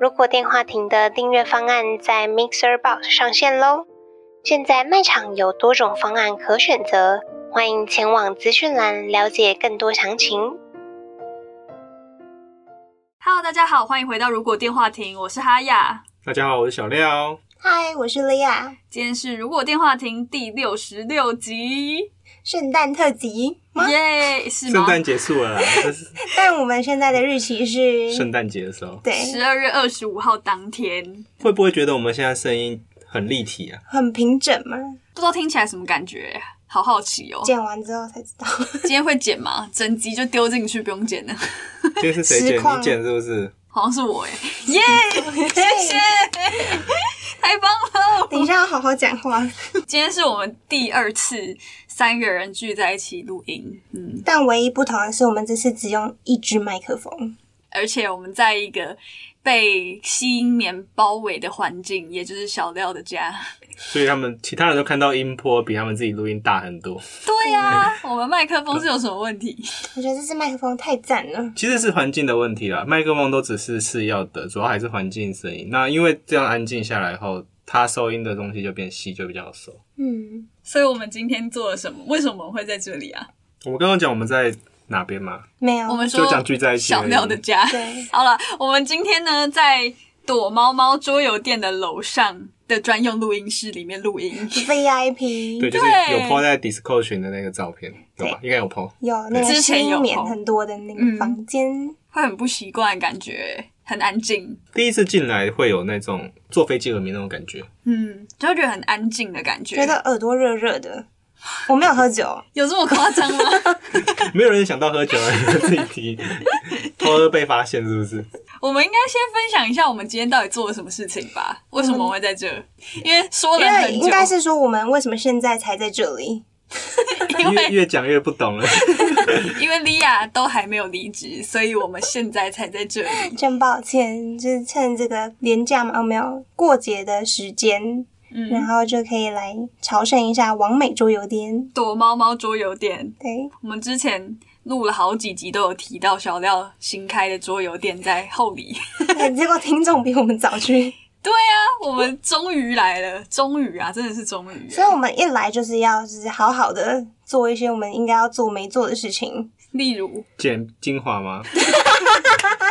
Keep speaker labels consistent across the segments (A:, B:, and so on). A: 如果电话亭的订阅方案在 Mixer Box 上线喽。现在卖场有多种方案可选择，欢迎前往资讯栏了解更多详情。
B: Hello，大家好，欢迎回到《如果电话亭》，我是哈雅。
C: 大家好，我是小廖。
A: 嗨，我是莉亚，
B: 今天是《如果电话亭》第六十六集，
D: 圣诞特辑吗？
B: 耶、是
C: 圣
B: 吗？
C: 诞结束了啦，这是
D: 但我们现在的日期是
C: 圣诞节的时 候，
D: 对，
B: 十二月二十五号当天，
C: 会不会觉得我们现在声音很立体啊？
D: 很平整嘛。
B: 不知道听起来什么感觉，好好奇哦。
D: 剪完之后才知道，
B: 今天会剪吗？整集就丢进去，不用剪了。
C: 今天是谁剪？
D: 实况
C: 你剪是不是？
B: 好像是我哎，耶、 谢谢，太棒了！
D: 等一下要好好讲话。
B: 今天是我们第二次三个人聚在一起录音，嗯，
D: 但唯一不同的是，我们这次只用一支麦克风，
B: 而且我们在一个被吸音棉包围的环境，也就是小廖的家。
C: 所以他们其他人都看到音波比他们自己录音大很多，
B: 对呀、
C: 嗯
B: 我们麦克风是有什么问题？
D: 我觉得这支麦克风太赞了。
C: 其实是环境的问题啦。麦克风都只是次要的，主要还是环境声音。那因为这样安静下来后，它收音的东西就变细，就比较熟。
D: 嗯，
B: 所以我们今天做了什么？为什么我们会在这里啊？
C: 我们刚刚讲我们在哪边嘛？
D: 没有，
B: 我们说
C: 就讲聚在一起而已
B: 小廖的家。
D: 嗯对
B: 好了，我们今天呢在躲猫猫桌游店的楼上的专用录音室里面录音。
C: 对，
D: VIP
C: 就是
B: 对
C: 有 po 在 Discord 群的那个照片，对吧？应该有 po。
D: 有那个
B: 之前有
D: 失眠
B: 红
D: 很多的那
B: 嗯
D: 个房间，
B: 会很不习惯，感觉很安静，
C: 第一次进来会有那种坐飞机耳鸣那种感觉，
B: 嗯，就会觉得很安静的感觉。
D: 觉得耳朵热热的。我没有喝酒，
B: 有这么夸张吗？
C: 没有人想到喝酒啊，你 们自己提，偷喝被发现是不是？
B: 我们应该先分享一下我们今天到底做了什么事情吧？为什么我会在这？因为说
D: 因
B: 了
D: 为
B: 很久，
D: 应该是说我们为什么现在才在这里？
B: 因
C: 越
B: 为
C: 越讲越不懂了。
B: 因为莉亚都还没有离职，所以我们现在才在这里。
D: 真抱歉，就是趁这个廉价嘛，哦没有过节的时间，然
B: 嗯，
D: 后就可以来朝圣一下王美桌游店。
B: 躲猫猫桌游店，
D: 对，
B: 我们之前录了好几集都有提到小廖新开的桌游店在后里。
D: 哎结果听众比我们早去，
B: 对啊，我们终于来了，终于啊，真的是终于、
D: 所以我们一来就是要就是好好的做一些我们应该要做没做的事情。
B: 例如，
C: 剪精华吗？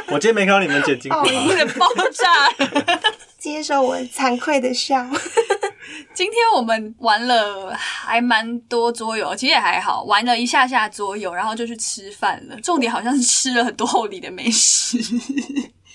C: 我今天没看到你们剪精华，
B: 有点爆炸。
D: 接受我惭愧的笑，
C: 哦
B: 今天我们玩了还蛮多桌游，其实也还好，玩了一下下桌游，然后就去吃饭了。重点好像是吃了很多后里的美食，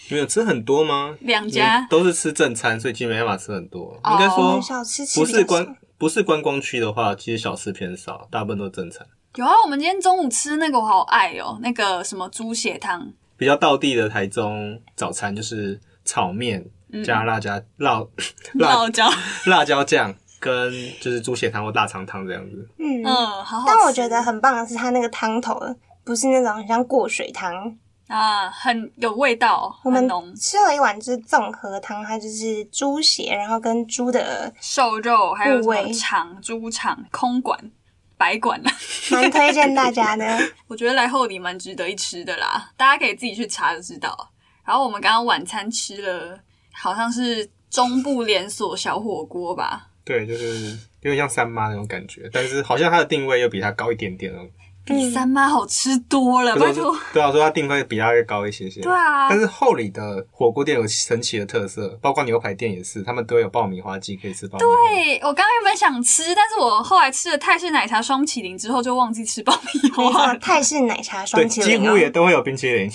C: 没有吃很多吗？
B: 两家
C: 你都是吃正餐，所以其实没办法吃很多。
B: 哦
C: 应该
D: 我
C: 说
D: 们小吃吃
C: 不
D: 比较
C: 是
D: 少
C: 观不是观光区的话，其实小吃偏少，大部分都是正餐。
B: 有啊，我们今天中午吃那个我好爱哦，那个什么猪血汤，
C: 比较道地的台中早餐就是炒面加辣椒辣 辣
B: 嗯辣椒，
C: 辣椒酱跟就是猪血汤或大肠汤这样子。
D: 嗯，
B: 嗯，好好吃。
D: 但我觉得很棒的是它那个汤头，不是那种很像过水汤。
B: 啊，很有味道，哦
D: 我
B: 很
D: 们
B: 浓，
D: 吃了一碗就是综合汤，它就是猪血，然后跟猪的，
B: 瘦肉还有什
D: 入
B: 么
D: 味
B: 肠、猪肠、空管、白管 啦，
D: 蛮推荐大家 的。
B: 我觉得来后里蛮值得一吃的啦，大家可以自己去查就知道。然后我们刚刚晚餐吃了，好像是中部连锁小火锅吧，
C: 对，就是有点像三妈那种感觉，但是好像它的定位又比它高一点点哦。
B: 比
D: 嗯
B: 三妈好吃多了，拜
C: 是
B: 托。
C: 对啊，说它定位比它高一些些。
B: 对啊
C: 但，是后里的火锅店有神奇的特色，包括牛排店也是，他们都有爆米花机可以吃爆米花。
B: 对我刚刚原本想吃，但是我后来吃了泰式奶茶双麒麟之后，就忘记吃爆米
D: 没
B: 花
D: 错，
B: 了。
D: 泰式奶茶双
C: 啊对，
D: 麒
C: 几
D: 麟、
C: 乎也
D: 哦，
C: 都会有冰淇淋。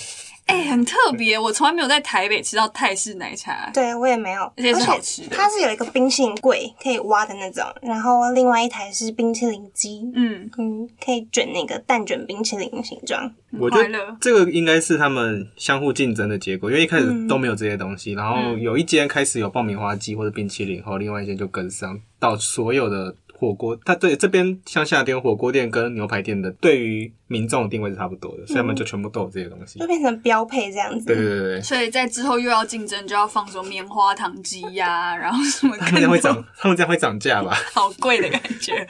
B: 哎、很特别，我从来没有在台北吃到泰式奶茶，
D: 对我也没有，
B: 而且是
D: 而
B: 好吃的
D: 它是有一个冰淇淋柜可以挖的那种，然后另外一台是冰淇淋机，
B: 嗯，
D: 嗯，可以卷那个蛋卷冰淇淋形状。
C: 我觉
B: 快
C: 得
B: 乐
C: 这个应该是他们相互竞争的结果，因为一开始
D: 嗯
C: 都没有这些东西，然后有一间开始有爆米花机或者冰淇淋后，另外一间就跟上到所有的火锅。它对这边乡下店火锅店跟牛排店的对于民众的定位是差不多的，所
D: 嗯
C: 以他们就全部都有这些东西。
D: 就变成标配这样
C: 对对
D: 子。
C: 对对，
B: 所以在之后又要竞争，就要放什么棉花糖机呀、然后什么
C: 他们这样
B: 更
C: 会
B: 多
C: 涨，他们这样会涨价吧？
B: 好贵的感觉，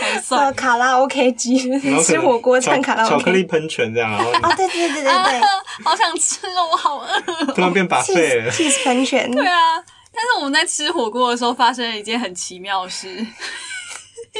B: 还
D: 呃，
B: 算
D: 卡拉 OK 机
C: 然后可
D: 吃
C: 能
D: 火锅
C: 巧
D: 唱卡拉
C: 巧克力
D: OK
C: 喷泉这样，然后
D: 啊，对对 对对对
B: 啊，好想吃哦，我好饿。
C: 突然变把费
D: ，cheese
C: 了。
D: cheese 喷泉，
B: 对啊，但是我们在吃火锅的时候发生了一件很奇妙的事，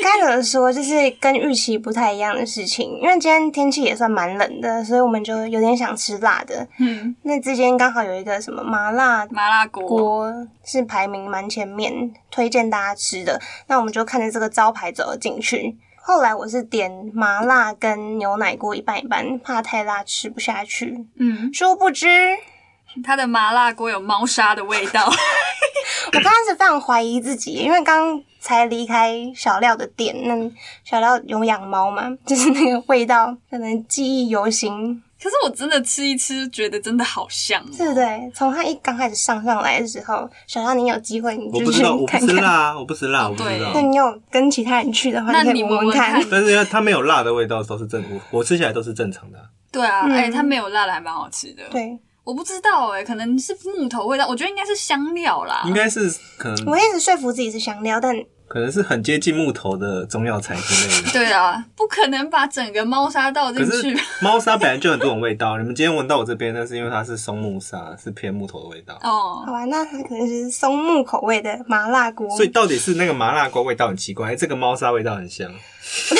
D: 该怎么说，就是跟预期不太一样的事情。因为今天天气也算蛮冷的，所以我们就有点想吃辣的。
B: 嗯，
D: 那之间刚好有一个什么麻辣
B: 麻辣锅，
D: 锅是排名蛮前面，推荐大家吃的。那我们就看着这个招牌走了进去。后来我是点麻辣跟牛奶锅一半一半，怕太辣吃不下去。
B: 嗯，
D: 殊不知，
B: 它的麻辣锅有猫砂的味道，
D: 我刚开始非常怀疑自己，因为刚才离开小廖的店，那小廖有养猫嘛，就是那个味道可能记忆犹新，
B: 可是我真的吃一吃，觉得真的好香哦、
D: 对不对？从他一刚开始上上来的时候，小廖你有机会你
C: 我
D: 就
C: 不
D: 去
C: 知道，我不
D: 看
C: 吃
D: 看。
C: 辣，我不吃辣，我不知
B: 对
D: 那
C: 道。
D: 你有跟其他人去的话，
B: 那
D: 可
B: 你
D: 以闻
B: 闻闻
D: 看
B: 看。
C: 但是因为它没有辣的味道，都是正，我我吃起来都是正常的啊、
B: 对啊，
D: 嗯
B: 哎、它没有辣的，还蛮好吃的。，
D: 对，
B: 我不知道哎、可能是木头味道，我觉得应该是香料啦。
C: 应该是可
D: 我
C: 能
D: 一直说服自己是香料，但
C: 可能是很接近木头的中药材之类的。
B: 对啊， 不可能把整个猫砂倒
C: 可
B: 进去
C: 是
B: 吧。
C: 猫砂本来就很多种味道，你 们今天闻到我这边，那是因为它是松木砂，是偏木头的味道。
D: 好
B: 哦，
D: 吧，那它可能是松木口味的麻辣锅。
C: 所以到底是那个麻辣锅味道很奇怪，还是这个猫砂味道很香，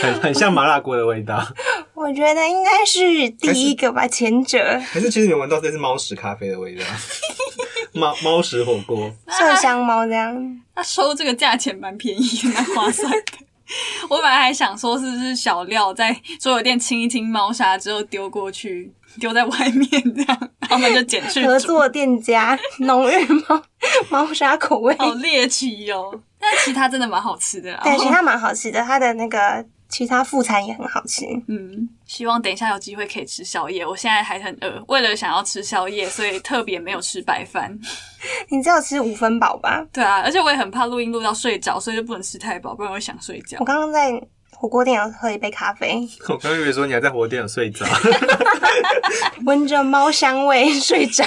C: 很很像麻辣锅的味道，
D: 我觉得应该是第一个吧，前者
C: 还是其实你们闻到这是猫屎咖啡的味道， 猫猫屎火锅。
D: 麝香猫这样。
B: 那收这个价钱蛮便宜的，蛮划算的。 我本来还想说，是不是小廖在桌游店清一清猫砂之后丢过去，丢在外面这样，他们就捡去
D: 合
B: 煮。
D: 作店 家浓郁猫猫砂口味，
B: 好猎奇哦！但其他真的蛮好吃的啦。啊
D: 对，其他蛮好吃的，它的那个其他副餐也很好吃。
B: 嗯，希望等一下有机会可以吃宵夜。我现在还很饿，为了想要吃宵夜，所以特别没有吃白饭。
D: 你只有吃五分饱吧？
B: 对啊，而且我也很怕录音录到睡着，所以就不能吃太饱，不然我会想睡觉
D: 我。刚刚在火锅店有喝一杯咖啡，
C: 我刚以为说你还在火店有睡着，
D: 闻着猫香味 睡着。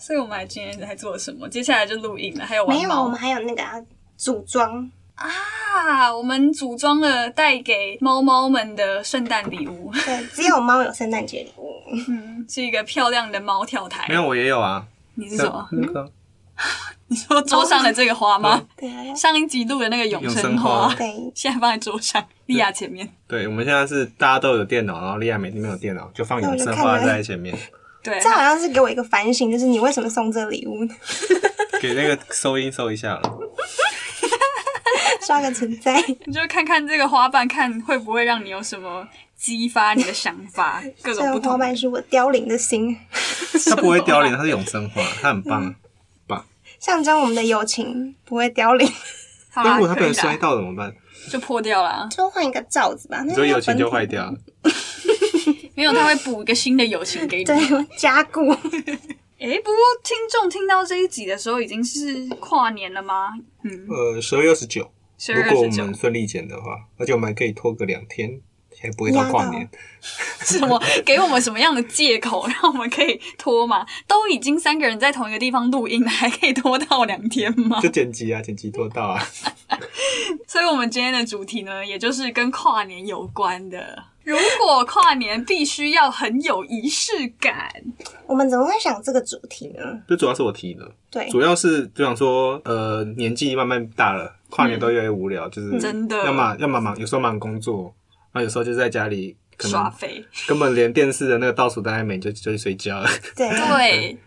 B: 所以我们还今天还做了什么？接下来就录音了，还有玩
D: 没有，我
B: 猫
D: 们还有那个啊组装，
B: 啊！我们组装了带给猫猫们的圣诞礼物，
D: 对，只有猫有圣诞节礼物。
B: 嗯，是一个漂亮的猫跳台
C: 没。有我也有啊。
B: 你是什么？
C: 那个
B: 你说桌上的这个花吗？
D: 对啊，
B: 上一集录的那个永
C: 永
B: 生
C: 生
B: 花
C: 花，
D: 对，
B: 现在放在桌上，莉亚前面。
C: 对，我们现在是大家都有电脑，然后莉亚没没有电脑，就放
D: 那我
C: 永
D: 就
C: 生
D: 看
C: 花
D: 了
C: 在前面，
B: 对，
D: 这好像是给我一个反省，就是你为什么送这礼物呢？
C: 给那个收音收一下 了。
D: 刷个存在，
B: 你就看看这个花瓣，看会不会让你有什么激发你的想 法，各
D: 这
B: 种不
D: 个花
B: 同。
D: 瓣是我凋零的心，
C: 它不会凋零，它是永生花，它很
B: 嗯
C: 棒。
D: 象征我们的友情不会凋零。
B: 好
C: 但
B: 啦，
C: 如果它
B: 啊可
C: 被
B: 以
C: 摔
B: 啦，
C: 到怎么办？
B: 就破掉了。
D: 就换一个罩子吧，那
C: 你说
D: 个
C: 友情就
D: 本体
C: 坏掉了。
B: 没有，他会补一个新的友情给你。
D: 对，加固。
B: 诶，不过听众听到这一集的时候，已经是跨年了吗？嗯，
C: 呃，十二月二十九，
B: 十二月十九，
C: 顺利剪的话，而且我们还可以拖个两天，还不会
D: 到跨年。
B: 什么给我们什么样的借口，让我们可以拖嘛？都已经三个人在同一个地方录音了，还可以拖到两天吗？
C: 剪辑啊，剪辑拖到
B: 哦
C: 啊。
B: 所以，我们今天的主题呢，也就是跟跨年有关的。如果跨年必须要很有仪式感，
D: 我们怎么会想这个主题呢？
C: 这主要是我提的，
D: 对，
C: 主要是就想说，呃，年纪慢慢大了，跨年都越来越无聊，就是
B: 嗯真的
C: 要么要么忙，有时候忙工作，然后有时候就在家里可
B: 刷
C: 能
B: 肥。
C: 根本连电视的那个倒数单还没，就就去睡觉了。
D: 对，
B: 对，哎、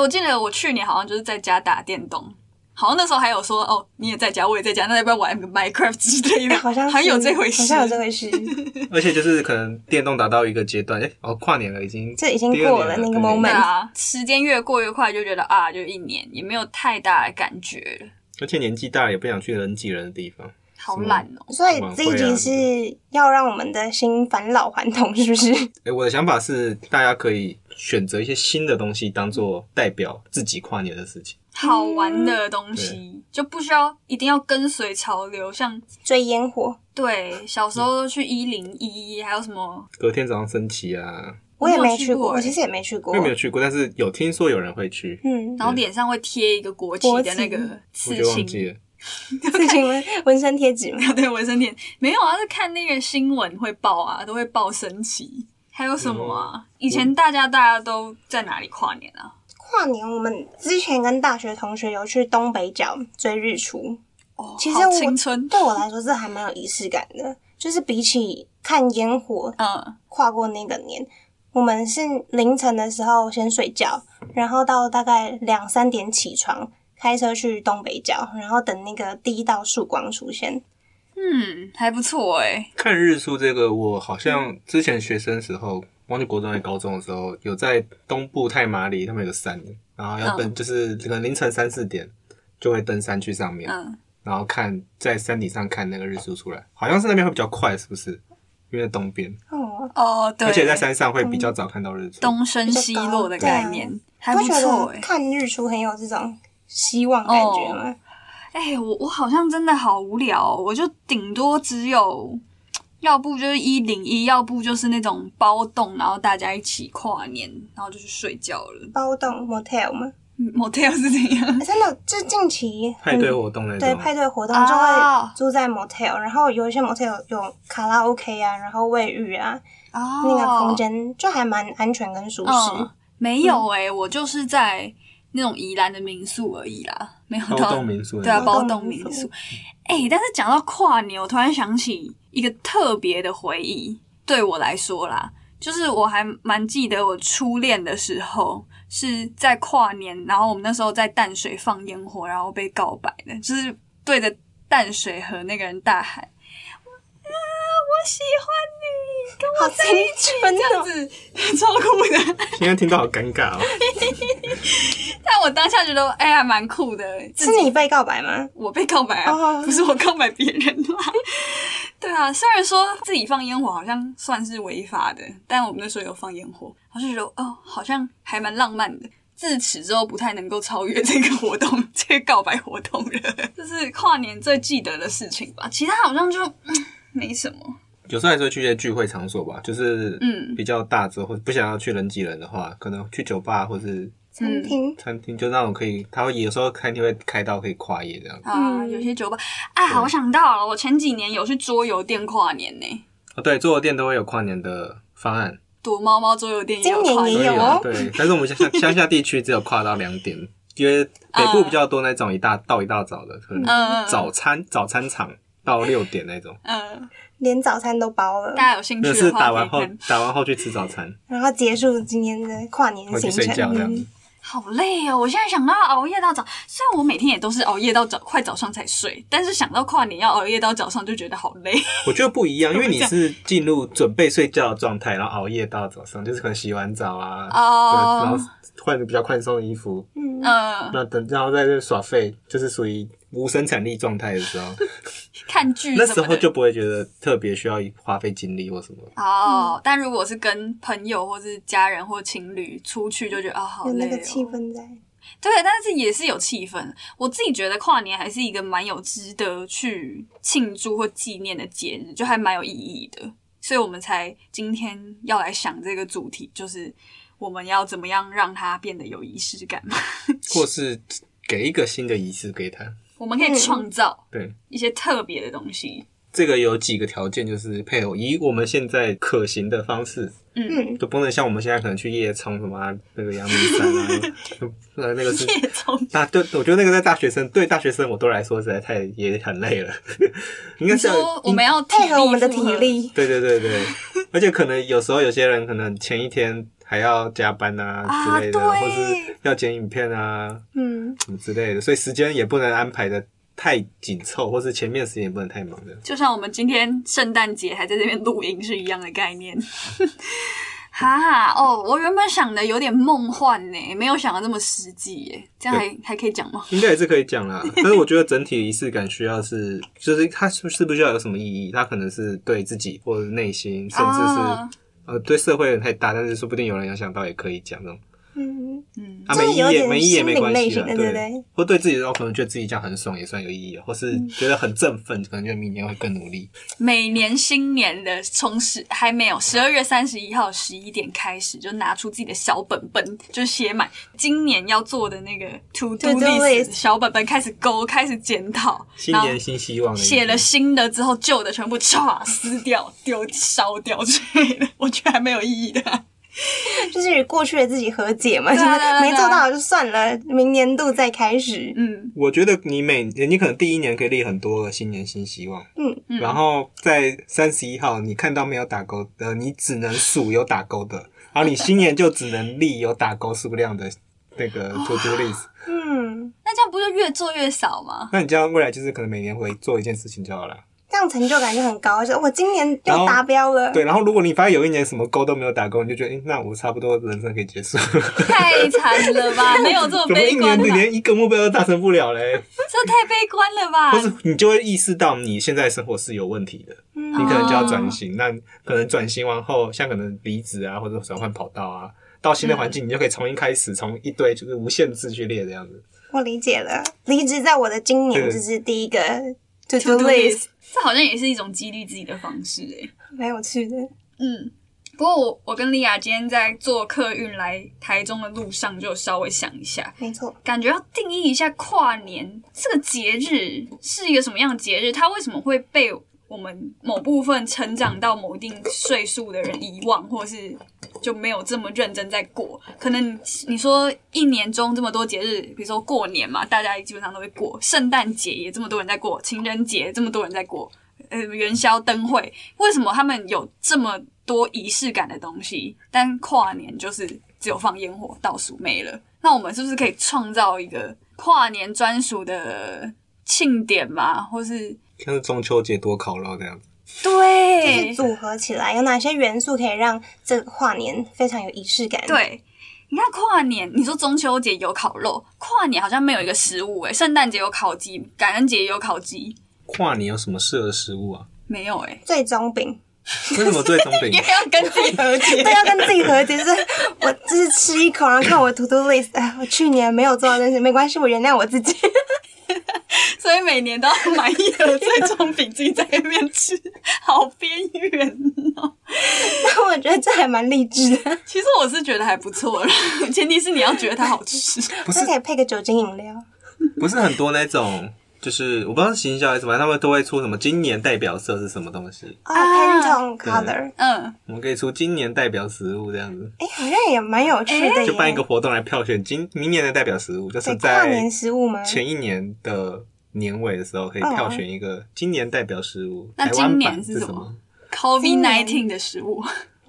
B: 我记得我去年好像就是在家打电动，好像那时候还有说哦，你也在家，我也在家，那要不要玩个 Minecraft 之类的？
D: 哎好 像
B: 还
D: 是
B: 有这回事，
D: 好像有这回事，
C: 而且就是可能电动达到一个阶段，哎、哦，跨年了已经，
D: 这已经
C: 第二
D: 过
C: 年
D: 了
C: 了
D: 那个
C: 对
D: moment
B: 对啊，时间越过越快，就觉得啊，就一年也没有太大的感觉了，
C: 而且年纪大了也不想去人挤人的地方。
B: 好懒哦。
D: 所以
C: 晚
D: 这
C: 会
D: 一
C: 啊
D: 集是要让我们的心返老还童，是不是？
C: 哎、我的想法是，大家可以选择一些新的东西当做代表自己跨年的事情。
B: 好玩
D: 嗯
B: 的东西就不需要一定要跟随潮流，像
D: 追烟火，
B: 对小
C: 嗯
B: 时候去一零一，还有什么
C: 隔天早上升旗啊，
D: 我也
B: 没有
D: 没
B: 去
D: 去
B: 过
D: 过，我
B: 欸
D: 其实也没去过
C: 我也。没有去过，但是有听说有人会去，
D: 嗯，
B: 然后脸上会贴一个国旗
D: 国
B: 的那个
C: 我
B: 刺
C: 就忘记
B: 青，
C: 了。
D: 刺青纹纹身贴纸嘛，
B: 对纹身贴没有啊，是看那个新闻会报啊，都会报升旗，还有什么啊？以前大家大家都在哪里跨年啊？
D: 跨年我们之前跟大学同学有去东北角追日出，
B: 哦，
D: 其
B: 好
D: 实我
B: 青春，
D: 对我来说这还蛮有仪式感的，就是比起看烟火，
B: 嗯，
D: 跨过那个年。我们是凌晨的时候先睡觉，然后到大概两三点起床，开车去东北角，然后等那个第一道曙光出现。
B: 嗯，还不错哎、
C: 看日出这个，我好像
D: 嗯
C: 之前学生时候，忘记国中还高中的时候，有在东部太麻里，他们有个山，然后要
D: 嗯
C: 登，就是可能凌晨三四点就会登山去上面，
B: 嗯，
C: 然后看在山顶上看那个日出出来，好像是那边会比较快，是不是？因为在东边，
D: 哦，
B: 哦，对，
C: 而且在山上会比较早看到日出。
B: 东升西落的
D: 啊
B: 概念，还
D: 不欸
B: 不
D: 觉
B: 错
D: 得
B: 哎、
D: 看日出很有这种希望感觉吗？
B: 哎、我我好像真的好无聊哦、我就顶多只有，要不就是一零一，要不就是那种包栋，然后大家一起跨年，然后就去睡觉了。
D: 包栋 motel 吗？
B: 嗯 motel 是怎样？
D: 欸真的，这近期
C: 派对
D: 嗯
C: 活动那
D: 对
C: 种，
D: 派对活动就
B: 啊
D: 会住在 motel，、然后有一些 motel 有卡拉 OK 啊，然后卫浴啊，
B: 哦
D: 那个空间就还蛮安全跟舒适。
B: 嗯，没有哎、我就是在那种宜兰的民宿而已啦，没有
C: 高
B: 到
C: 洞民宿
B: 对啊，
C: 那种。
B: 包栋民
D: 包栋民
B: 宿
D: 宿。
B: 哎、但是讲到跨年，我突然想起一个特别的回忆，对我来说啦，就是我还蛮记得我初恋的时候是在跨年，然后我们那时候在淡水放烟火，然后被告白的，就是对着淡水河那个人大喊：“啊，我喜欢你，跟
D: 好
B: 我
D: 青春哦！
B: 这样子， 超酷的。”
C: 现在听到好尴尬哦。
B: 但我当下觉得，哎、还蛮酷的，自己
D: 是你被告 白吗？
B: 我被告白啊
D: 哦
B: 不是我告白别人啦。 对啊，虽然说自己放烟火好像算是违法的，但我们那时候有放烟火，好像觉得哦，好像还蛮浪漫的。自此之后不太能够超越这个活动，这个告白活动 了，这是跨年最记得的事情吧。其他好像就、嗯没什么。
C: 有时候还是会去一些聚会场所吧，就是
B: 嗯
C: 比较大之后，或者不想要去人挤人的话，可能去酒吧或是
B: 嗯
D: 餐厅、
C: 餐厅，就那种可以，他会有时候餐厅会开到可以跨夜这样。
B: 啊，
D: 嗯
B: 有些酒吧啊，
C: 对
B: 我想到了，我前几年有去桌游店跨年呢、
C: 哦，对，桌游店都会有跨年的方案，
B: 躲猫猫桌游店也有
D: 今年
B: 跨
D: 也
C: 所
B: 年
C: 以
D: 有
C: 啊
D: 哦
C: 对，但是我们乡下乡下地区只有跨到两点， 因为北部比较多那种一大到一大早的，可能
B: 嗯，
C: 早餐早餐场到六点那种，
B: 嗯，
D: 连早餐都包了，
B: 大家有兴趣嗯
C: 那
B: 的话，
C: 是打完
B: 可
C: 后
B: 以看
C: 打完后去吃早餐，
D: 然后结束今天的跨年
C: 回去
D: 行
C: 睡觉
D: 程。
C: 这样子
D: 嗯。
B: 好累哦！我现在想到熬夜到早，虽然我每天也都是熬夜到早，快早上才睡，但是想到跨年要熬夜到早上，就觉得好 累。
C: 我觉得不
B: 嗯
C: 一样，因为你是进入准备睡觉的状态，然后熬夜到早上，就是可能洗完澡啊，
B: 哦
C: 对然后换比较宽松的衣服，
D: 嗯，
B: 嗯，
C: 那等然后在这耍废，就是属于无生产力状态 的时候，
B: 嗯看剧
C: 那
B: 什
C: 时
B: 么
C: 候
B: 的。
C: 就不会觉得特别需要花费精力或什么。
B: 哦，但如果是跟朋友或是家人或情侣出去，就觉得啊、好
D: 有
B: 累
D: 那
B: 哦。
D: 个气氛在。
B: 对，但是也是有气氛。我自己觉得跨年还是一个蛮有值得去庆祝或纪念的节日，就还蛮有意义的。所以我们才今天要来想这个主题，就是我们要怎么样让它变得有仪式感嘛？
C: 或是给一个新的仪式给他。
B: 我们可
D: 嗯
B: 以创造
C: 对，
B: 一些特别的东西。
C: 这个有几个条件，就是配合以我们现在可行的方式，
B: 嗯，
D: 嗯，
C: 就不能像我们现在可能去夜冲什么啊、那个阳明山啊， 呃那个 是。
B: 夜冲
C: 大对，我觉得那个在大学生对大学生我都来说实在太也很累了， 应该
B: 你
C: 是要
B: 说我们要体力
D: 配合我们的
B: 负
D: 体
B: 荷，
D: 力，
C: 对对对对，而且可能有时候有些人可能前一天还要加班啊
B: 啊
C: 之类的，
B: 对
C: 或是要剪影片啊
D: 嗯，
C: 什么之类的，所以时间也不能安排的太紧凑，或是前面时间也不能太忙的。
B: 就像我们今天圣诞节还在这边录音是一样的概念。 哈哈，哦，我原本想的有点梦幻呢，没有想的这么实际耶。这样还还可以讲吗？
C: 应该也是可以讲 啦，但是我觉得整体仪式感需要是，就是它是不是不需要有什么意义？它可能是对自己或者内心，甚至是、
D: 哦
B: 啊
C: 呃对社会人太大，但是说不定有人有想到也可以讲这种
D: 嗯，
B: 嗯，
C: 啊，
D: 这
C: 没
D: 个
C: 意义
D: 有
C: 也
D: 点
C: 没意义也
D: 心
C: 没
D: 灵
C: 关
D: 类
C: 系
D: 型
C: 啦，
D: 的，对
C: 对
D: 不对？
C: 或对自己的哦话，可能觉得自己这样很爽也算有意义，哦或是觉得很振奋，可能觉得明年会更努力。
B: 每年新年的从十还没有十二月三十一号十一点开始，就拿出自己的小本本，就写满今年要做的那个 to do
D: To-do
B: list
D: list
B: 小本本，开始勾，开始检讨，
C: 新
B: 然后
C: 年新希望的意义
B: 写了新的之后，旧的全部歘撕掉、丢烧掉之类的， 我觉得还没有意义的、
D: 就是与过去的自己和解嘛，就
B: 对啊对啊
D: 是没
B: 对啊
D: 做到就算了，明年度再开始。
B: 嗯
C: 我觉得你每你可能第一年可以立很多个新年新希望，
D: 嗯
B: 嗯
C: 然后在三十一号你看到没有打勾的，你只能数有打勾的，然后你新年就只能立有打勾数量的那个 to do list，
D: 嗯，
B: 那这样不就越做越少吗？
C: 那你这样未来就是可能每年会做一件事情就好了。
D: 这样成就感就很高，就我今年
C: 然
D: 又
C: 后
D: 达标了。
C: 对，然后如果你发现有一年什么勾都没有打勾，你就觉得，诶那我差不多人生可以结束了，
B: 太惨了 吧，没有这么
C: 怎么一
B: 悲观啊哎
C: 年
B: 啦，
C: 连一个目标都达成不了嘞？
B: 这太悲观了吧
C: 或？是你就会意识到你现在生活是有问题的，
D: 嗯
C: 你可能就要转型。那可能转型完后，像可能离职啊，或者转换跑道啊，到新的环境，你就可以重新开始，从一堆就是无限制序列这样子。
D: 我理解了，离职在我的今年
C: 对
D: 就是第一个 to
B: To
D: do
B: do
D: list，
B: list 这好像也是一种激励自己的方式诶、
D: 蛮有趣的。
B: 嗯，不过我我跟莉亚今天在坐客运来台中的路上，就有稍微想一下，
D: 没错，
B: 感觉要定义一下跨年这个节日是一个什么样的节日，它为什么会被我们某部分成长到某一定岁数的人遗忘，或是就没有这么认真在过？可能你你说一年中这么多节日，比如说过年嘛，大家基本上都会过，圣诞节也这么多人在过，情人节这么多人在过，呃，元宵灯会，为什么他们有这么多仪式感的东西，但跨年就是只有放烟火倒数没了？那我们是不是可以创造一个跨年专属的庆典嘛？或是
C: 像是中秋节多烤肉这样子，
D: 就是
B: 对
D: 组合起来有哪些元素可以让这个跨年非常有仪式感？，
B: 对，你看跨年，你说中秋节有烤肉，跨年好像没有一个食物诶、圣诞节有烤鸡，感恩节也有烤鸡，
C: 跨年有什么适合食物 啊？
B: 没有欸诶、
D: 最终饼，
C: 为什么最中饼
B: 因？为要跟自己和解。
D: 对，要跟自己和解，就是我就是吃一口，然后看我 to do list，哎，我去年没有做到这件事，没关系，我原谅我自己。
B: 所以每年都要买一盒最终饼，自己在那边吃，好边缘哦。
D: 但我觉得这还蛮励志的，
B: 其实我是觉得还不错 啦，前提是你要觉得它好吃。
C: 不是
D: 它可以配个酒精饮料。
C: 不是很多那种，就是我不知道是行销还是什么，他们都会出什么今年代表色是什么东西，
D: 哦
B: 啊
D: ，Pantone Color，
B: 嗯，
C: 我们可以出今年代表食物这样子。
D: 哎，好像也蛮有趣的耶。
C: 就办一个活动来票选今明年的代表食物，就是
D: 对跨
C: 在
D: 年食物吗？
C: 前一年的年尾的时候，可以票选一个今年代表食物。
B: 哦那
C: 台湾
B: 今
C: 版
B: 年
C: 是
B: 是
C: 什
B: 什
C: 么
B: 么？COVID nineteen 的食物，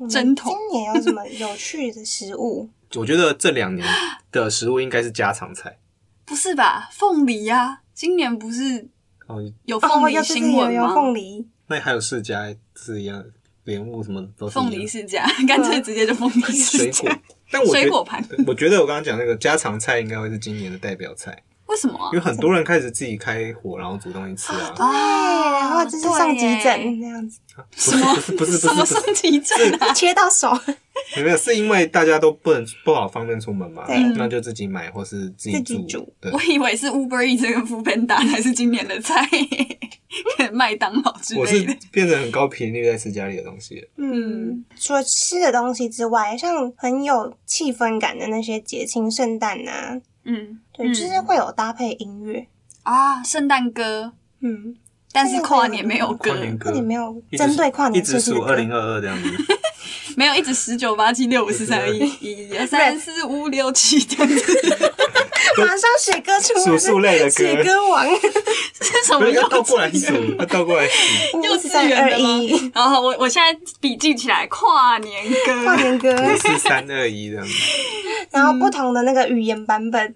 B: 针筒
D: 今年有什么有趣的食 物？
C: 我觉得这两年的食物应该是家常菜。
B: 不是吧？凤梨呀、今年不是
C: 哦，
B: 有凤
D: 哦，
B: 梨
D: 有对
B: 新
D: 对有
B: 闻
D: 有
B: 吗？
D: 凤梨，
C: 那还有世家是一样，莲雾什么都是一
B: 凤
C: 样
B: 梨世家， 干脆直接就凤梨世
C: 水
B: 家
C: 果。。但我觉
B: 水
C: 得
B: 果盘，
C: 我觉得我刚刚讲那个家常菜应该会是今年的代表菜，
B: 为什么啊
C: 因为很多人开始自己开火，然后煮东西 吃啊。
B: 哦
D: 对，然后就是上急
B: 对耶
D: 诊那样子，
C: 不是不是 不是不
B: 什
C: 是
B: 么
C: 不是
B: 上急症啊？
D: 切到 手，
C: 没有，是因为大家都不能不好方便出门嘛
D: 对，
C: 那就自己买或是自己
D: 自己煮
C: 对
B: 我，以为是 Uber E 这个 f o o p a n d a 才是今年的菜， 可能麦当劳之
C: 我
B: 类
C: 是
B: 的。
C: 变成很高频率在吃家里的 东西了。
D: 嗯，除了吃的东西之外，像很有气氛感的那些节庆，圣诞呐，
B: 嗯，
D: 对，
B: 嗯
D: 就是会有搭配音乐，
B: 啊，圣诞歌，
D: 嗯，
B: 但是跨年没有歌
C: 跨，年歌
D: 那你没有
C: 一直
D: 针对跨
C: 一
D: 年设
C: 直
D: 计
C: 数
D: 的
C: 二
D: 歌，
C: 零二二这样 子，
B: 没有一直十九八七六五四三二一一一二三四五六七这样子，
D: 马上水哥出
C: 数数类的歌
D: 水 哥王，
B: 是什
C: 不
B: 么
C: 是要
B: 幼
C: 倒过来
B: 稚
C: 数，要倒过来数。
B: 幼稚
D: 三
B: 园
D: 二
B: 的吗
D: 一，？
B: 然后我我现在笔记起来，跨年
D: 跨
B: 歌，
D: 年歌，
C: 五四三二一这样子，
D: 然后不同的那个语言版本，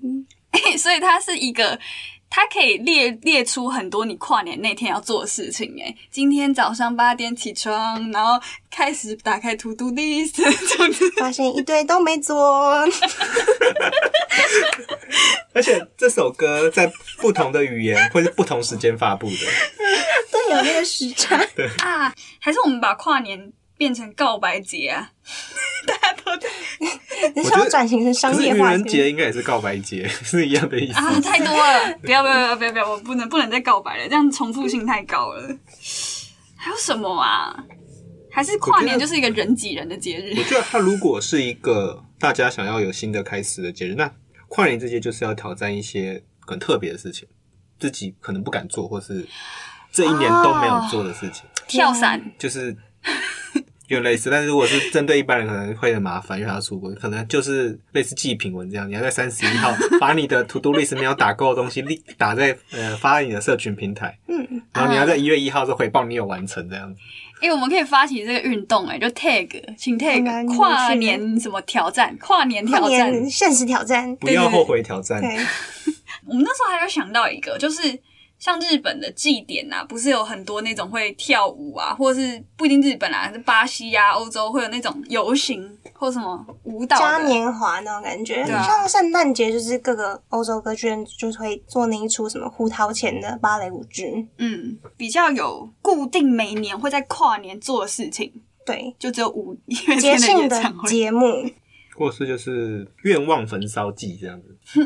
B: 所以它是一个。它可以列列出很多你跨年那天要做的事情、欸，哎，今天早上八点起床，然后开始打开 To Do List，这样子
D: 发现一堆都 没做，
C: 而且这首歌在不同的语言会是不同时间发布的，
D: 对，有那个时 差，
B: 啊，还是我们把跨年变成告白节啊？大家都在
D: 你想要转型成商
C: 可是
D: 业
C: 愚
D: 化
C: 人节应该也是告白节， 是一样的意思。
B: 啊，太多了，不要不要不要不要，我不能不能再告白了，这样重复性太高了。还有什么啊？还是跨年就是一个人挤人的节日
C: 我觉得它如果是一个大家想要有新的开始的节日，那跨年这些就是要挑战一些很特别的事情，自己可能不敢做，或是这一年都没
B: 啊
C: 有做的事情，
B: 跳伞，
C: 就是有类似。但是如果是针对一般人，可能会很麻烦，因为他出国，可能就是类似祭品文这样，你要在三十一 号把你的 to do list 没有打勾的东西立打在呃发在你的社群平台，
D: 嗯，
C: 然后你要在一月一号再回报你有完成这样子。
B: 哎、我们可以发起这个运动、哎，就 tag，请
D: 好难
B: tag
D: 有
B: 跨
D: 趣
B: 年什么挑战，跨年
D: 跨
B: 挑战。
D: 年现实挑战，
C: 不要后悔挑战，
D: 对，
B: 我们那时候还有想到一个，就是像日本的祭典啊，不是有很多那种会跳舞啊，或者是不一定日本啊，是巴西啊、欧洲会有那种游行或什么舞蹈
D: 嘉
B: 的
D: 年华那种感觉，
B: 对啊
D: 像圣诞节就是各个欧洲歌剧院就是会做那一出什么胡桃钳的芭蕾舞剧，
B: 嗯，比较有固定每年会在跨年做的事情，
D: 对，
B: 就只有五音乐
D: 节
B: 天
D: 庆
B: 演
D: 的
B: 唱会。
D: 节目，
C: 或是就是愿望焚烧记这样子。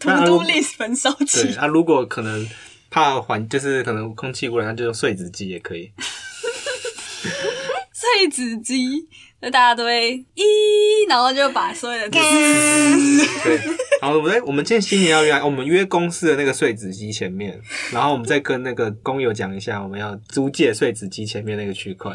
B: To Do List 焚烧
C: 对，
B: 机，
C: 他如果可能怕环，就是可能空气污染，他就用碎纸机也可以。
B: 碎纸机，那大家都会一，然后就把所有的
C: 对，然后我们在我们今天新年要约，我们约公司的那个碎纸机前面，然后我们再跟那个工友讲一下，我们要租借碎纸机前面那个区块。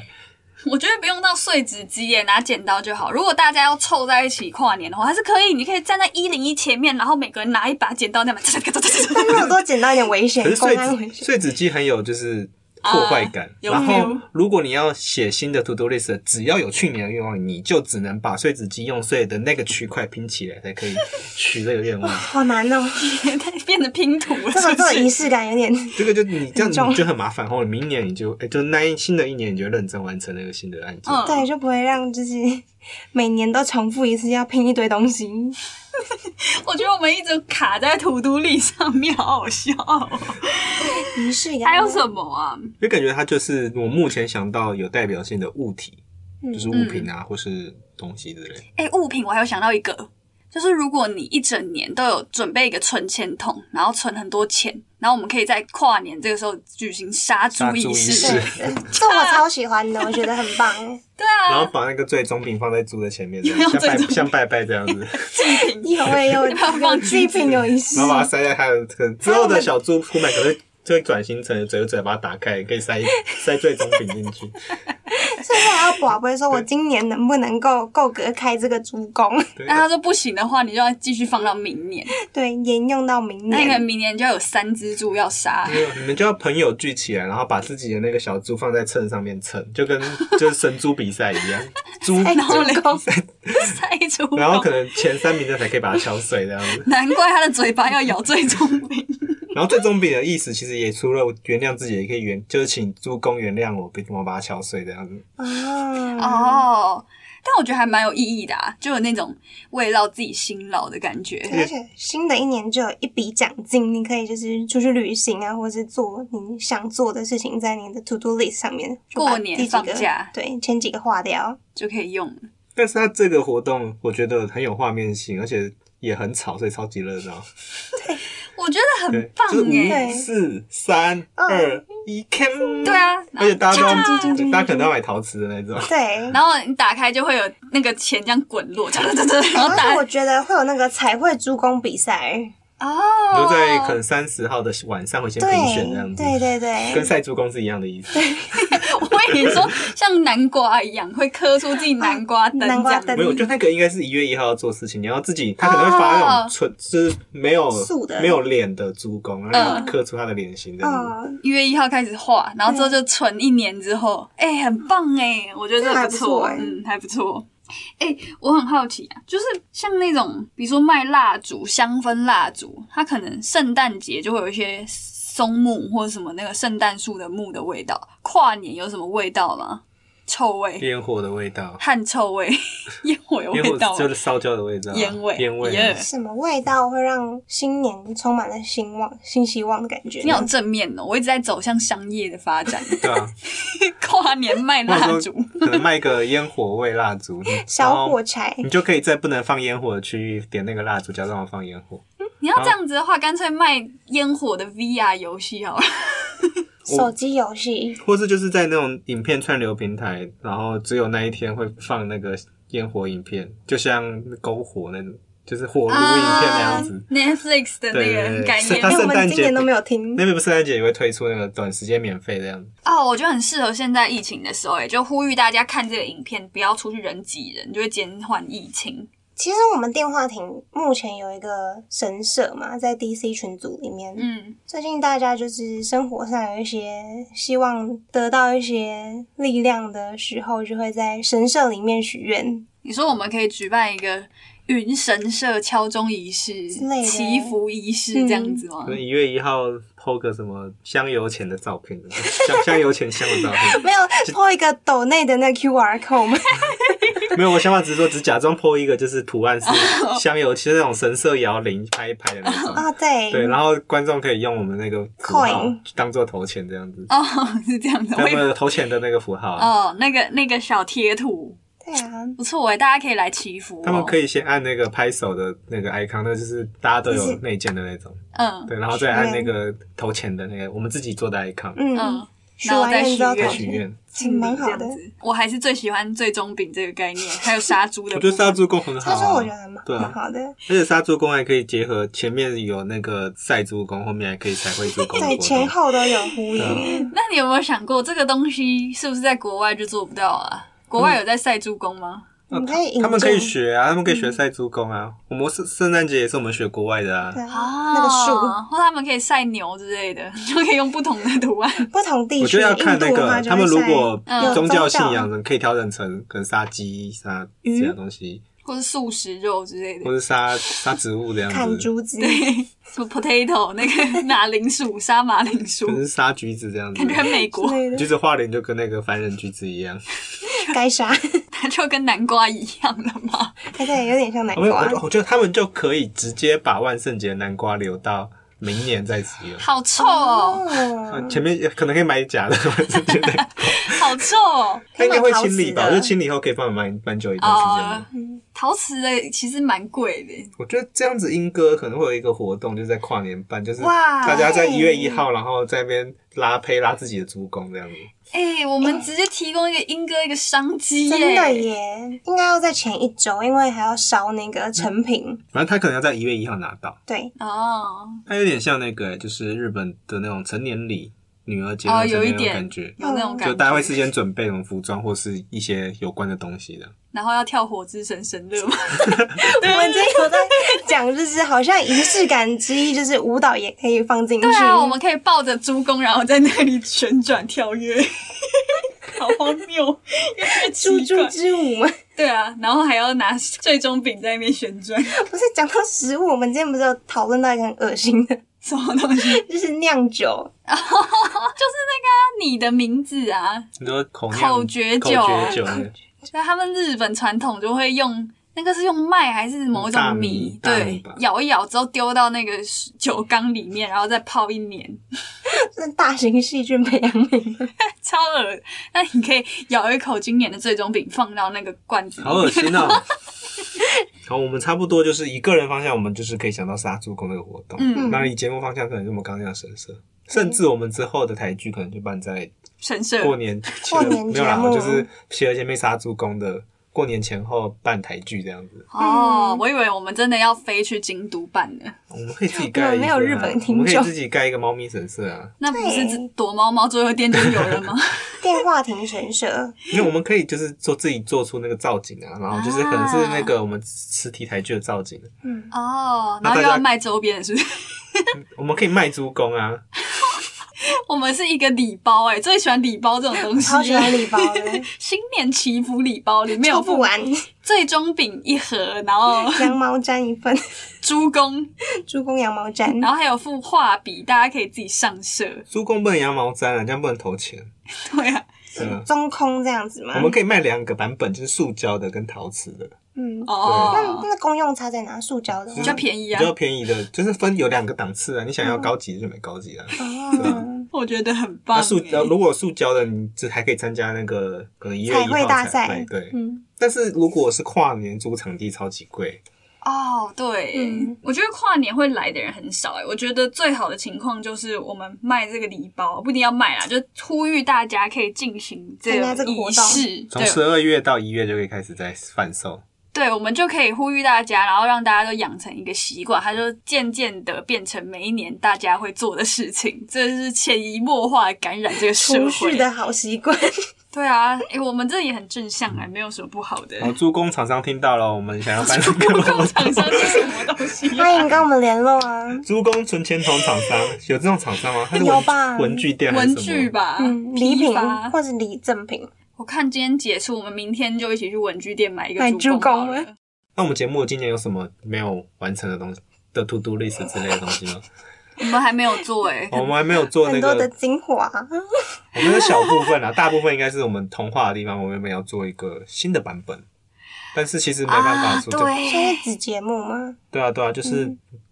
B: 我觉得不用到碎纸机耶，拿剪刀就好。如果大家要凑在一起跨年的话，还是可以。你可以站在一零一前面，然后每个人拿一把剪刀，那么
D: 但是有多简单一点危险
C: 可是，
D: 公
B: 哎
C: 碎
D: 安危
C: 纸
D: 险。
C: 碎纸机很有就是。破坏感。
B: 啊有
C: 然后
B: feel，
C: 如果你要写新的 to do list，只要有去年的愿望，你就只能把碎纸机用碎的那个区块拼起来，才可以许这个愿望。
D: 好难哦，
B: 变得拼图了，
D: 这
B: 是
D: 个
B: 不
D: 这个仪
B: 是？
D: 式感 有点
B: 嗯
C: 这个就你这样
D: 很重
C: 你就很麻烦，或者明年你就哎、就那一新的一年你就认真完成那个新的案件。
B: 嗯
D: 对，就不会让自己每年都重复一次，要拼一堆东西。
B: 我觉得我们一直卡在图都力上面，好好笑哦、
D: 仪式感
B: 还有什么啊？
C: 就感觉它就是我目前想到有代表性的物体，
D: 嗯
C: 就是物品啊，或是东西之类。
B: 哎、物品我还有想到一个，就是如果你一整年都有准备一个存钱筒，然后存很多钱，然后我们可以在跨年这个时候举行杀猪
C: 杀猪
B: 仪
C: 仪
B: 式。
C: 式
D: 对，这我超喜欢的，我觉得很棒。
B: 对啊，
C: 然后把那个最终品放在猪的前面，这
B: 用
C: 样像拜
B: 最终品
C: 像拜拜这样子，
D: 有哎、 有有祭品有仪式
C: 然，后把它塞在它的可能之后的小猪出来，可能就会转型成嘴嘴把它打开，可以 塞塞最终品进去。
D: 甚至还要宝贝说，我今年能不能够够格开这个猪公？
C: 对
B: 那，他说不行的话，你就要继续放到明年。
D: 对，沿用到明
B: 那你可能
D: 年。
B: 明年就有三只猪要杀，
C: 没有你们就要朋友聚起来，然后把自己的那个小猪放在秤上面秤，就跟就是神猪比赛一样，猪
D: 哎
B: 然后两
D: 猪公
B: 塞猪肉。
C: 然后可能前三名的才可以把它敲碎这样子。
B: 难怪它的嘴巴要咬最聪 明。
C: 然后最终饼的意思其实也除了原谅自己，也可以原就是请猪公原谅我，并我把它敲碎这样子。
D: 啊，
B: 哦，但我觉得还蛮有意义的啊，就有那种慰劳自己辛劳的感觉。
D: 而且新的一年就有一笔奖金，你可以就是出去旅行啊，或者是做你想做的事情，在你的 to do list 上面。就把
B: 过年
D: 第几个
B: 放假
D: 对，前几个划掉。
B: 就可以用了。
C: 但是它这个活动我觉得很有画面性，而且也很吵，所以超级热闹。
B: 我觉得
C: 对
B: 很棒，
C: 就是
B: 哎、
C: 五四三二一，can。
B: 对，啊，
C: 而且大家都要
D: 叮叮叮叮
C: 大家可能要买陶瓷的那种。
D: 对，
B: 然后你打开就会有 那个钱这样滚落，哒哒哒哒，然后
D: 而且
B: 打
D: 我觉得会有那个彩绘珠工比赛。
B: 哦，
C: 就在可能三十号的晚上会先评选这样
D: 对
C: 子，
D: 对对
C: 跟
D: 对，
C: 晒猪公是一样的意思。
B: 我以为说像南瓜一样会刻出自己南瓜灯这样，
D: 南瓜灯
C: 没有，就那个应该是一月一号要做事情，你要自己，他可能会发那
B: 哦
C: 种纯，就是没有
D: 素的
C: 没有脸的猪公，然后
B: 嗯
C: 你刻出他的脸型这样子。
D: 嗯，
B: 一月一号开始画，然后之后就存一年之后，哎、很棒哎、我觉得这
D: 这
B: 个
D: 还
B: 不
D: 不
B: 错，
D: 错哎
B: 嗯，还不错。哎、我很好奇啊，就是像那种比如说卖蜡烛、香氛蜡烛，它可能圣诞节就会有一些松木或者什么那个圣诞树的木的味道，跨年有什么味道吗？臭味、
C: 烟火的味道，
B: 汗臭味、烟火有
C: 烟
B: 味
C: 火
B: 道吗
C: 就是烧焦的味道啊，
B: 烟味
C: 烟味啊
B: 耶
D: 什么味道会让新年充满了兴旺、新希望的感觉呢？
B: 你好正面哦，我一直在走向商业的发 展，
C: 对 啊，
B: 跨年卖
C: 或
B: 蜡
C: 者
B: 烛
C: 说。可能卖个烟火味蜡 烛，
D: 小火柴
C: 你就可以在不能放烟火的区域点那个蜡烛，假装我放烟火。
B: 你要这样子的话，干脆卖烟火的 VR 游戏好了。
D: 手机游戏，
C: 或是就是在那种影片串流平台，然后只有那一天会放那个烟火影片，就像篝火那种，就是火炉影片那样子。
B: n e t f l i x 的那
C: 对对
B: 个
C: 对
B: 概
C: 是它
D: 哎，
B: 念
D: 我
C: 圣
D: 们
C: 诞
D: 今
C: 节
D: 年都没有听
C: 那。边不是圣诞节也会推出那个短时间免费这
D: 嗯
C: 样子，
B: 哦，我觉得很适合现在疫情的时候，也就呼吁大家看这个影片，不要出去人挤人，就会减缓疫情。
D: 其实我们电话亭目前有一个神社嘛，在 DC 群组里面，
B: 嗯，
D: 最近大家就是生活上有一些希望得到一些力量的时候，就会在神社里面许愿。
B: 你说我们可以举办一个云神社敲钟仪式
D: 类、的
B: 祈福仪式这样子吗
C: 嗯可？能一月一号抛个什么香油钱的照片，香 香油钱香的照片。
D: 没有破一个斗内的那 QR code 吗？
C: 没有，我想法只是说只假装抛一个，就是图 案是
D: 哦
C: 香油，其实那种神社摇铃拍一拍的那 种。
D: 啊、对，
C: 对，然后观众可以用我们那个符号
D: Coin
C: 当做头钱这样子，
B: 哦，是这样子。
C: 他
B: 我以为
C: 们头钱的那个符号啊，
B: 哦，那个那个小贴图
D: 对啊，
B: 不错哎，大家可以来祈福、哦。
C: 他们可
B: 以，
C: 以先按那个拍手的那个 icon，那就是大家都有内建的那种，
B: 嗯
C: 对，然后再按那个投钱的那个我们自己做的 icon
D: 嗯，
B: 嗯，
D: 许
B: 然后
D: 完
B: 再
D: 愿之后
B: 许
C: 再
B: 愿
D: 投
C: 许愿。
D: 嗯蛮好
B: 这
D: 的
B: 样。子。我还是最喜欢最终饼这个概念，还有杀猪的
C: 我
B: 部
C: 觉
B: 分。
C: 得杀猪公很好
D: 他
C: 啊，
D: 说我觉得蛮
C: 对
D: 蛮
C: 啊，
D: 好的，
C: 而且杀猪公还可以结合前面有那个赛猪公，后面还可以彩绘猪公的活
D: 对，前
C: 动。
D: 后都有呼
C: 对啊
D: 应。
B: 那你有没有想过，这个东西是不是在国外就做不到啊？国外有在晒猪公吗？
D: 我们可以引进，
C: 啊他们可以学啊，他们可以
D: 嗯
C: 学赛猪公啊。我们圣圣诞节也是我们学国外的啊
D: 对。啊，
B: 啊，
D: 那个树，
B: 或他们可以晒牛之类的， 就可以用不同的图 案。
D: 不同地
C: 我觉
D: 区，
C: 得要看那
D: 印度的话
C: 个
D: 就
C: 他
D: 会
C: 们如
D: 晒
C: 果
B: 嗯
C: 宗教信
D: 有
C: 仰的，可以调整成可能杀鸡、杀
D: 嗯
C: 其他东西，
B: 或是素食肉之类的
C: 或，是杀杀植物这样
D: 砍
C: 子，
D: 竹子，
B: 什么 potato 那个马铃薯杀马铃薯
C: 可，能是杀橘子这样子
B: 感。觉很美国，
D: 对的，
C: 橘子画脸就跟那个凡人橘子一样，
D: 该杀，
B: 它就跟南瓜一样了嘛。
D: 哎对，有点像南
C: 没有，我
D: 瓜
C: 觉。得我觉得他们就可以直接把万圣节南瓜留到明年再使用。
B: 好臭哦，
C: 啊
D: 哦，
C: 前面也可能可以买假的万圣节南瓜，
B: 好臭哦。
C: 它应该会清理
D: 可以买陶
C: 吧？
D: 瓷的
C: 就清理后可以放蛮蛮久一段时间的。
B: 哦陶瓷的其实蛮贵的，
C: 我觉得这样子，英歌可能会有一个活动，就是在跨年办，就是
B: 哇
C: 大家在一月一号，然后在那边拉胚拉自己的猪公这样子。
B: 哎、我们直接提供一个英哥一个商机耶！
D: 真的耶，应该要在前一周，因为还要烧那个成品。
C: 反正他可能要在一月一号拿到，
D: 对，
B: 哦，
C: 它有点像那个、就是日本的那种成年礼、女儿节
B: 哦
C: 那种
B: 有一
C: 成年礼
B: 点
C: 的感觉。
B: 有那种感觉，
C: 就大家会事先准备那种服装或是一些有关的东西的。
B: 然后要跳火之神神乐 吗？
D: 我们今天有在讲，就是好像仪式感之一，就是舞蹈也可以放进去。
B: 对啊，我们可以抱着猪公，然后在那里旋转跳跃， 好荒谬，越来越奇
D: 猪猪
B: 怪
D: 之舞嘛，
B: 对啊，然后还要拿最终饼在那边旋转，
D: 不是讲到食物，我们今天不是有讨论到一个很恶心的，
B: 什么东西？就是
D: 就是酿酒。
B: 那个、啊、你的名字啊，
C: 你说口酿
B: 口诀酒
C: 口诀酒那个
B: 那啊他们日本传统就会用那个是用麦还是某一种
C: 大米大
B: 对
C: 米吧，
B: 咬一咬之后丢到那个酒缸里面，然后再泡一年，
D: 这大型细菌培养皿，
B: 超恶。那你可以咬一口今年的最终饼，放到那个罐子里
C: 好恶心哦！ 好，我们差不多就是一个人方向，我们就是可以想到杀猪公那个活动。
B: 嗯
C: 那以节目方向，可能是我们刚刚讲的神社，甚至我们之后的台剧可能就办在
B: 神社。
C: 过年前，
D: 过年
C: 没有啦，
D: 节目
C: 就是邪儿姐妹杀猪公的过年前后办台剧这样子。
B: 哦
D: 嗯，
B: 我以为我们真的要飞去京都办呢，
C: 我们可以自己盖一个、啊，
D: 对没有日本听众
C: 我们可以自己盖一个猫咪神社啊，
B: 那不是
D: 对
B: 只躲猫猫最后一天就有了吗？
D: 电话亭 神社，
C: 因为我们可以就是做自己做出那个造景啊，然后就是可能是那个我们实体台剧的造景，
D: 嗯，
B: 哦，
C: 那
B: 然后
C: 大
B: 又
C: 家
B: 要卖周边，是不 是？
C: 我们可以卖猪公啊，
B: 我们是一个礼包哎、最喜欢礼包这种东西了，
D: 超喜欢礼包 的
B: 新年祈福礼包里面有
D: 抽不
B: 附
D: 完，
B: 最终饼一盒，然后
D: 羊毛毡一份，
B: 猪公，
D: 猪公羊毛毡，
B: 然后还有附画笔，大家可以自己上色。
C: 猪公不能羊毛毡啊，这样不能投钱，
B: 对啊，
C: 对啊。
D: 中空这样子吗
C: 我？们可以卖两个版本，就是塑胶的跟陶瓷的，
D: 嗯，那
B: 哦，
D: 那功用差在哪？塑胶的
C: 比
B: 比
D: 吗？
B: 较便宜
C: 啊比
B: 啊，
C: 较便宜的，就是分有两个档次啊。你想要高级就买高级啊。
D: 哦，
B: 我觉得很嗯棒、
C: 那
B: 欸。
C: 塑胶如果塑胶的，你这还可以参加那个可能一月一
D: 彩绘
C: 号
D: 大
C: 对
D: 赛，
C: 对。
D: 嗯，
C: 但是如果是跨年租场地，超级贵。
B: 哦，对、
D: 嗯
B: 我觉得跨年会来的人很少哎、我觉得最好的情况就是我们卖这个礼包，不一定要卖啦，就呼吁大家可以进行这
D: 嗯参加这个活
B: 仪
D: 动
B: 式。
C: 从
B: 对。
C: 十二月到一月就可以开始在贩售。
B: 对，我们就可以呼吁大家，然后让大家都养成一个习惯，它就渐渐的变成每一年大家会做的事情，这是潜移默化地感染这个社
D: 储蓄
B: 会。
D: 的好 习惯，
B: 对啊，诶、我们这也很正向啊，没有什么不好的
C: 然。后猪工厂商听到了，我们想要办 这
B: 不
C: 个
B: 工
C: 活
B: 厂
C: 动。
B: 商是什么东西、
D: 欢
B: 啊？
D: 迎跟我们联络 啊。
C: 猪工存钱筒厂商有这种厂商吗？它是
D: 有
C: 文
D: 吧
C: 文具店还是
B: 文
C: 什么？
B: 具吧，
D: 嗯，礼
B: 啊批
D: 品
B: 发
D: 或者礼赠品，
B: 我看今天结束，我们明天就一起去文具店买一个
D: 买
B: 猪
D: 猪
B: 公
D: 公
B: 好了
D: 吗
C: 那我们节目今年有什么没有完成的东西的 to do list 之类的东西吗？
B: 我们还没有做哎、
C: 哦我们还没有做那
D: 很多的
C: 个，
D: 精华，啊
C: 我们的小部分啊，大部分应该是我们通话的地方，我们没有做一个新的版本。但是其实没办法
B: 啊，
C: 做，对
D: 现在
B: 对，
D: 子节目吗？
C: 对啊对啊，就是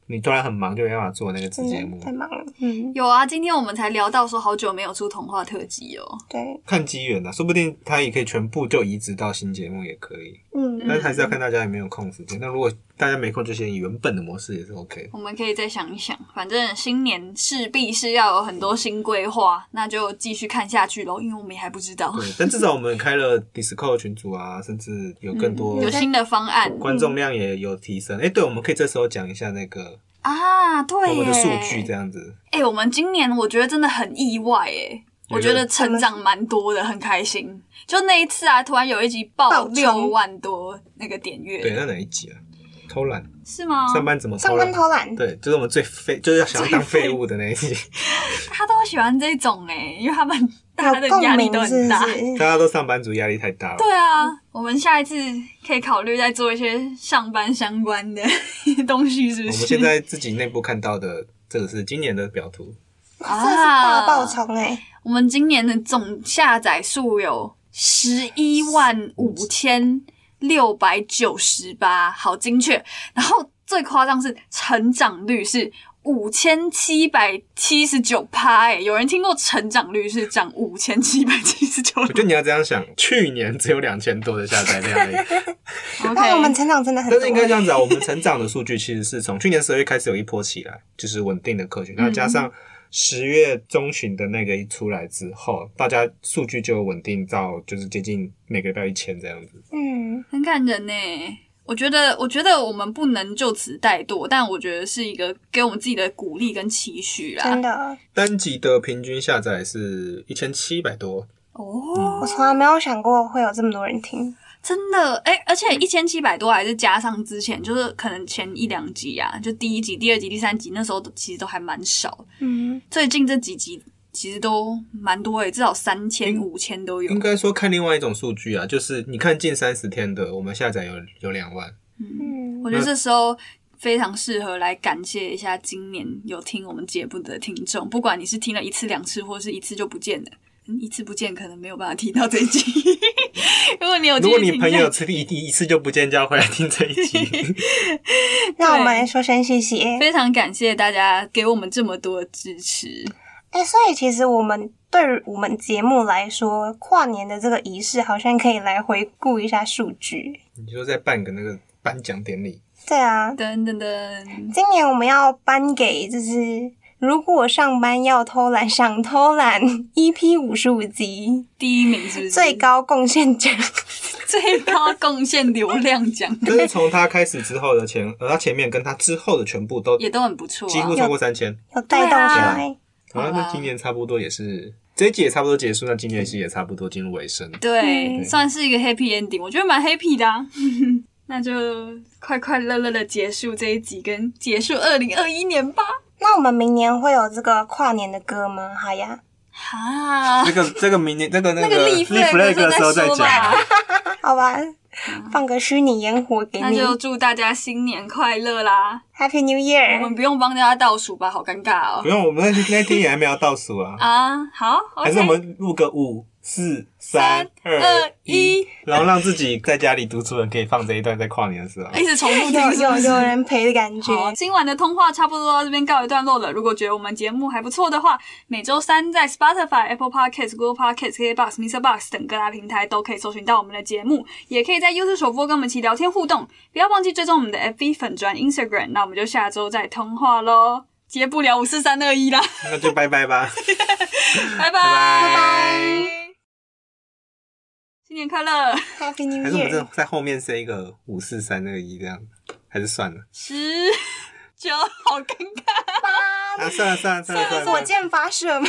C: 你突然很忙就没办法做那个子
D: 真
C: 节目
D: 的。太忙了，嗯，
B: 有啊，今天我们才聊到说好久没有出童话特辑哦。
D: 对，
C: 看机缘啊，说不定它也可以全部就移植到新节目也可以，但
D: 嗯，
C: 是还是要看大家有没有空时间。那如果大家没空，就先以原本的模式也是 OK 的。
B: 我们可以再想一想，反正新年势必是要有很多新规划，那就继续看下去喽，因为我们也还不知道
C: 对，但至少我们开了 Discord 群组啊，甚至有更多
B: 嗯有新的方案
C: 观众量也有提升。哎、对，我们可以这时候讲一下那个
B: 啊。对
C: 我们的数据
B: 耶，
C: 这样子。
B: 哎、我们今年我觉得真的很意外哎，我觉得成长蛮多的，很开心。就那一次啊，突然有一集爆
D: 爆冲
B: 六万多那个点阅，
C: 对，那哪一集啊？偷懒，
B: 是吗？
C: 上班怎么
D: 上
C: 偷懒
D: 班？偷懒，
C: 对，就是我们最废，就是想要当废物的那一集。
B: 他都喜欢这种哎，因为他们大家的
D: 有共
B: 压力都
D: 鸣是
B: 很大。
D: 不是？
C: 大家都上班族，压力太大了。
B: 对啊，我们下一次可以考虑再做一些上班相关的 东西，是不
C: 我
B: 是？
C: 们现在自己内部看到的，这个是今年的表图，
D: 真的是大爆冲哎，
B: 我们今年的总下载数有十一万五千六百九十八，好精确。然后最夸张是成长率是五千七百七十九趴，哎、有人听过成长率是涨五千七百七十九
C: 我觉得你要这样想，去年只有两千多的下载量而已。
D: 哇，我们
B: ？OK，
D: 成长真的很
C: 但是应该这
D: 多，
C: 样子啊，我们成长的数据其实是从去年十二月开始有一波起来，就是稳定的客群，然后加上十月中旬的那个一出来之后，大家数据就稳定到就是接近每个礼拜一千这样子。
D: 嗯，
B: 很感人呢、我觉得，我觉得我们不能就此怠惰，但我觉得是一个给我们自己的鼓励跟期许
D: 真
B: 啦。
D: 的，
C: 单集的平均下载是一千七百多，
B: 哦
D: 我，从来没有想过会有这么多人听，
B: 真的，哎、而且
C: 嗯
B: 一千七百多还是加上之前，就是可能前一两集啊，就第一集、第二集、第三集那时候都其实都还蛮少，
D: 嗯，
B: 最近这几集其实都蛮多诶、至少三千、五千都有
C: 应。该说看另外一种数据啊，就是你看近三十天的，我们下载有有两万，
D: 嗯
B: 我觉得这时候非常适合来感谢一下今年有听我们节目的听众，不管你是听了一次、两次，或是一次就不见的。嗯一次不见，可能没有办法听到这一集。 如果你有，
C: 如果你朋友，吃一 一次就不见，就要回来听这一集。
D: 那我们来说声谢谢。
B: 非常感谢大家给我们这么多支持。
D: 哎、所以其实我们对于我们节目来说，跨年的这个仪式好像可以来回顾一下数据。
C: 你说再办个那个颁奖典礼，
D: 对啊，
B: 噔噔噔，
D: 今年我们要颁给就是如果上班要偷懒，想偷懒 EP 五十五集
C: 嗯
B: 第一名是不是
D: 最？高贡献奖，
B: 最高贡献流量奖
C: 这是从他开始之后的前，呃，他前面跟他之后的全部都
B: 也都很不错
C: 几
B: 啊
C: 乎。超过三千。
D: 有带动起来。
C: 好啊了，那今年差不多也是这一季也差不多结束，那今年其实也差不多进入尾声。
B: 对，
C: 嗯
B: 算是一个 happy ending，我觉得蛮 happy 的、啊。 那就快快乐乐的结束这一集，跟结束二零二一年吧。
D: 那我们明年会有这个跨年的歌吗？好呀，
B: 哈
C: 这，个这个明年这个那
B: 那个
C: 个
B: 立
C: flag 的时候再
B: 说吧
C: 讲。。
D: 好吧，放个虚拟烟火 给
B: 嗯那
D: 你
B: 就祝大家新年快乐啦！
D: ，Happy New
C: 嗯
B: 我们
D: Year。
B: 不用帮大家倒数吧，好尴尬
C: 不
B: 哦。
C: 用，我们那那天也还没有倒数 啊，
B: 啊，好
C: 还是我
B: ，OK，
C: 们录个五四
B: 三
C: 三
B: 二
C: 二
B: 一
C: 一，然后让自己在家里独处人可以放这一段在跨年的时候。
B: 一直重复
D: 有
B: 听是
D: 有
B: 不是
D: 有人陪的感觉，
B: 好，今晚的通话差不多到这边告一段落了。如果觉得我们节目还不错的话，每周三在 Spotify、Apple Podcast、Google Podcast、KBox、Mr. Box 等各大平台都可以搜寻到我们的节目，也可以在 YouTube 首播跟我们一起聊天互动。不要忘记追踪我们的 FB 粉专 Instagram。那我们就下周再通话喽，接不了五四三二 一啦，
C: 那就拜拜 吧，
B: 拜拜
C: 拜拜。
B: 拜，新年快乐！
D: Happy New
C: 还是我们
D: Year
C: 在。在后面塞一个五四三二一这样，还是算了。
B: 十九，好尴尬。
C: 啊，算了算了算了算了。
D: 火箭发射吗？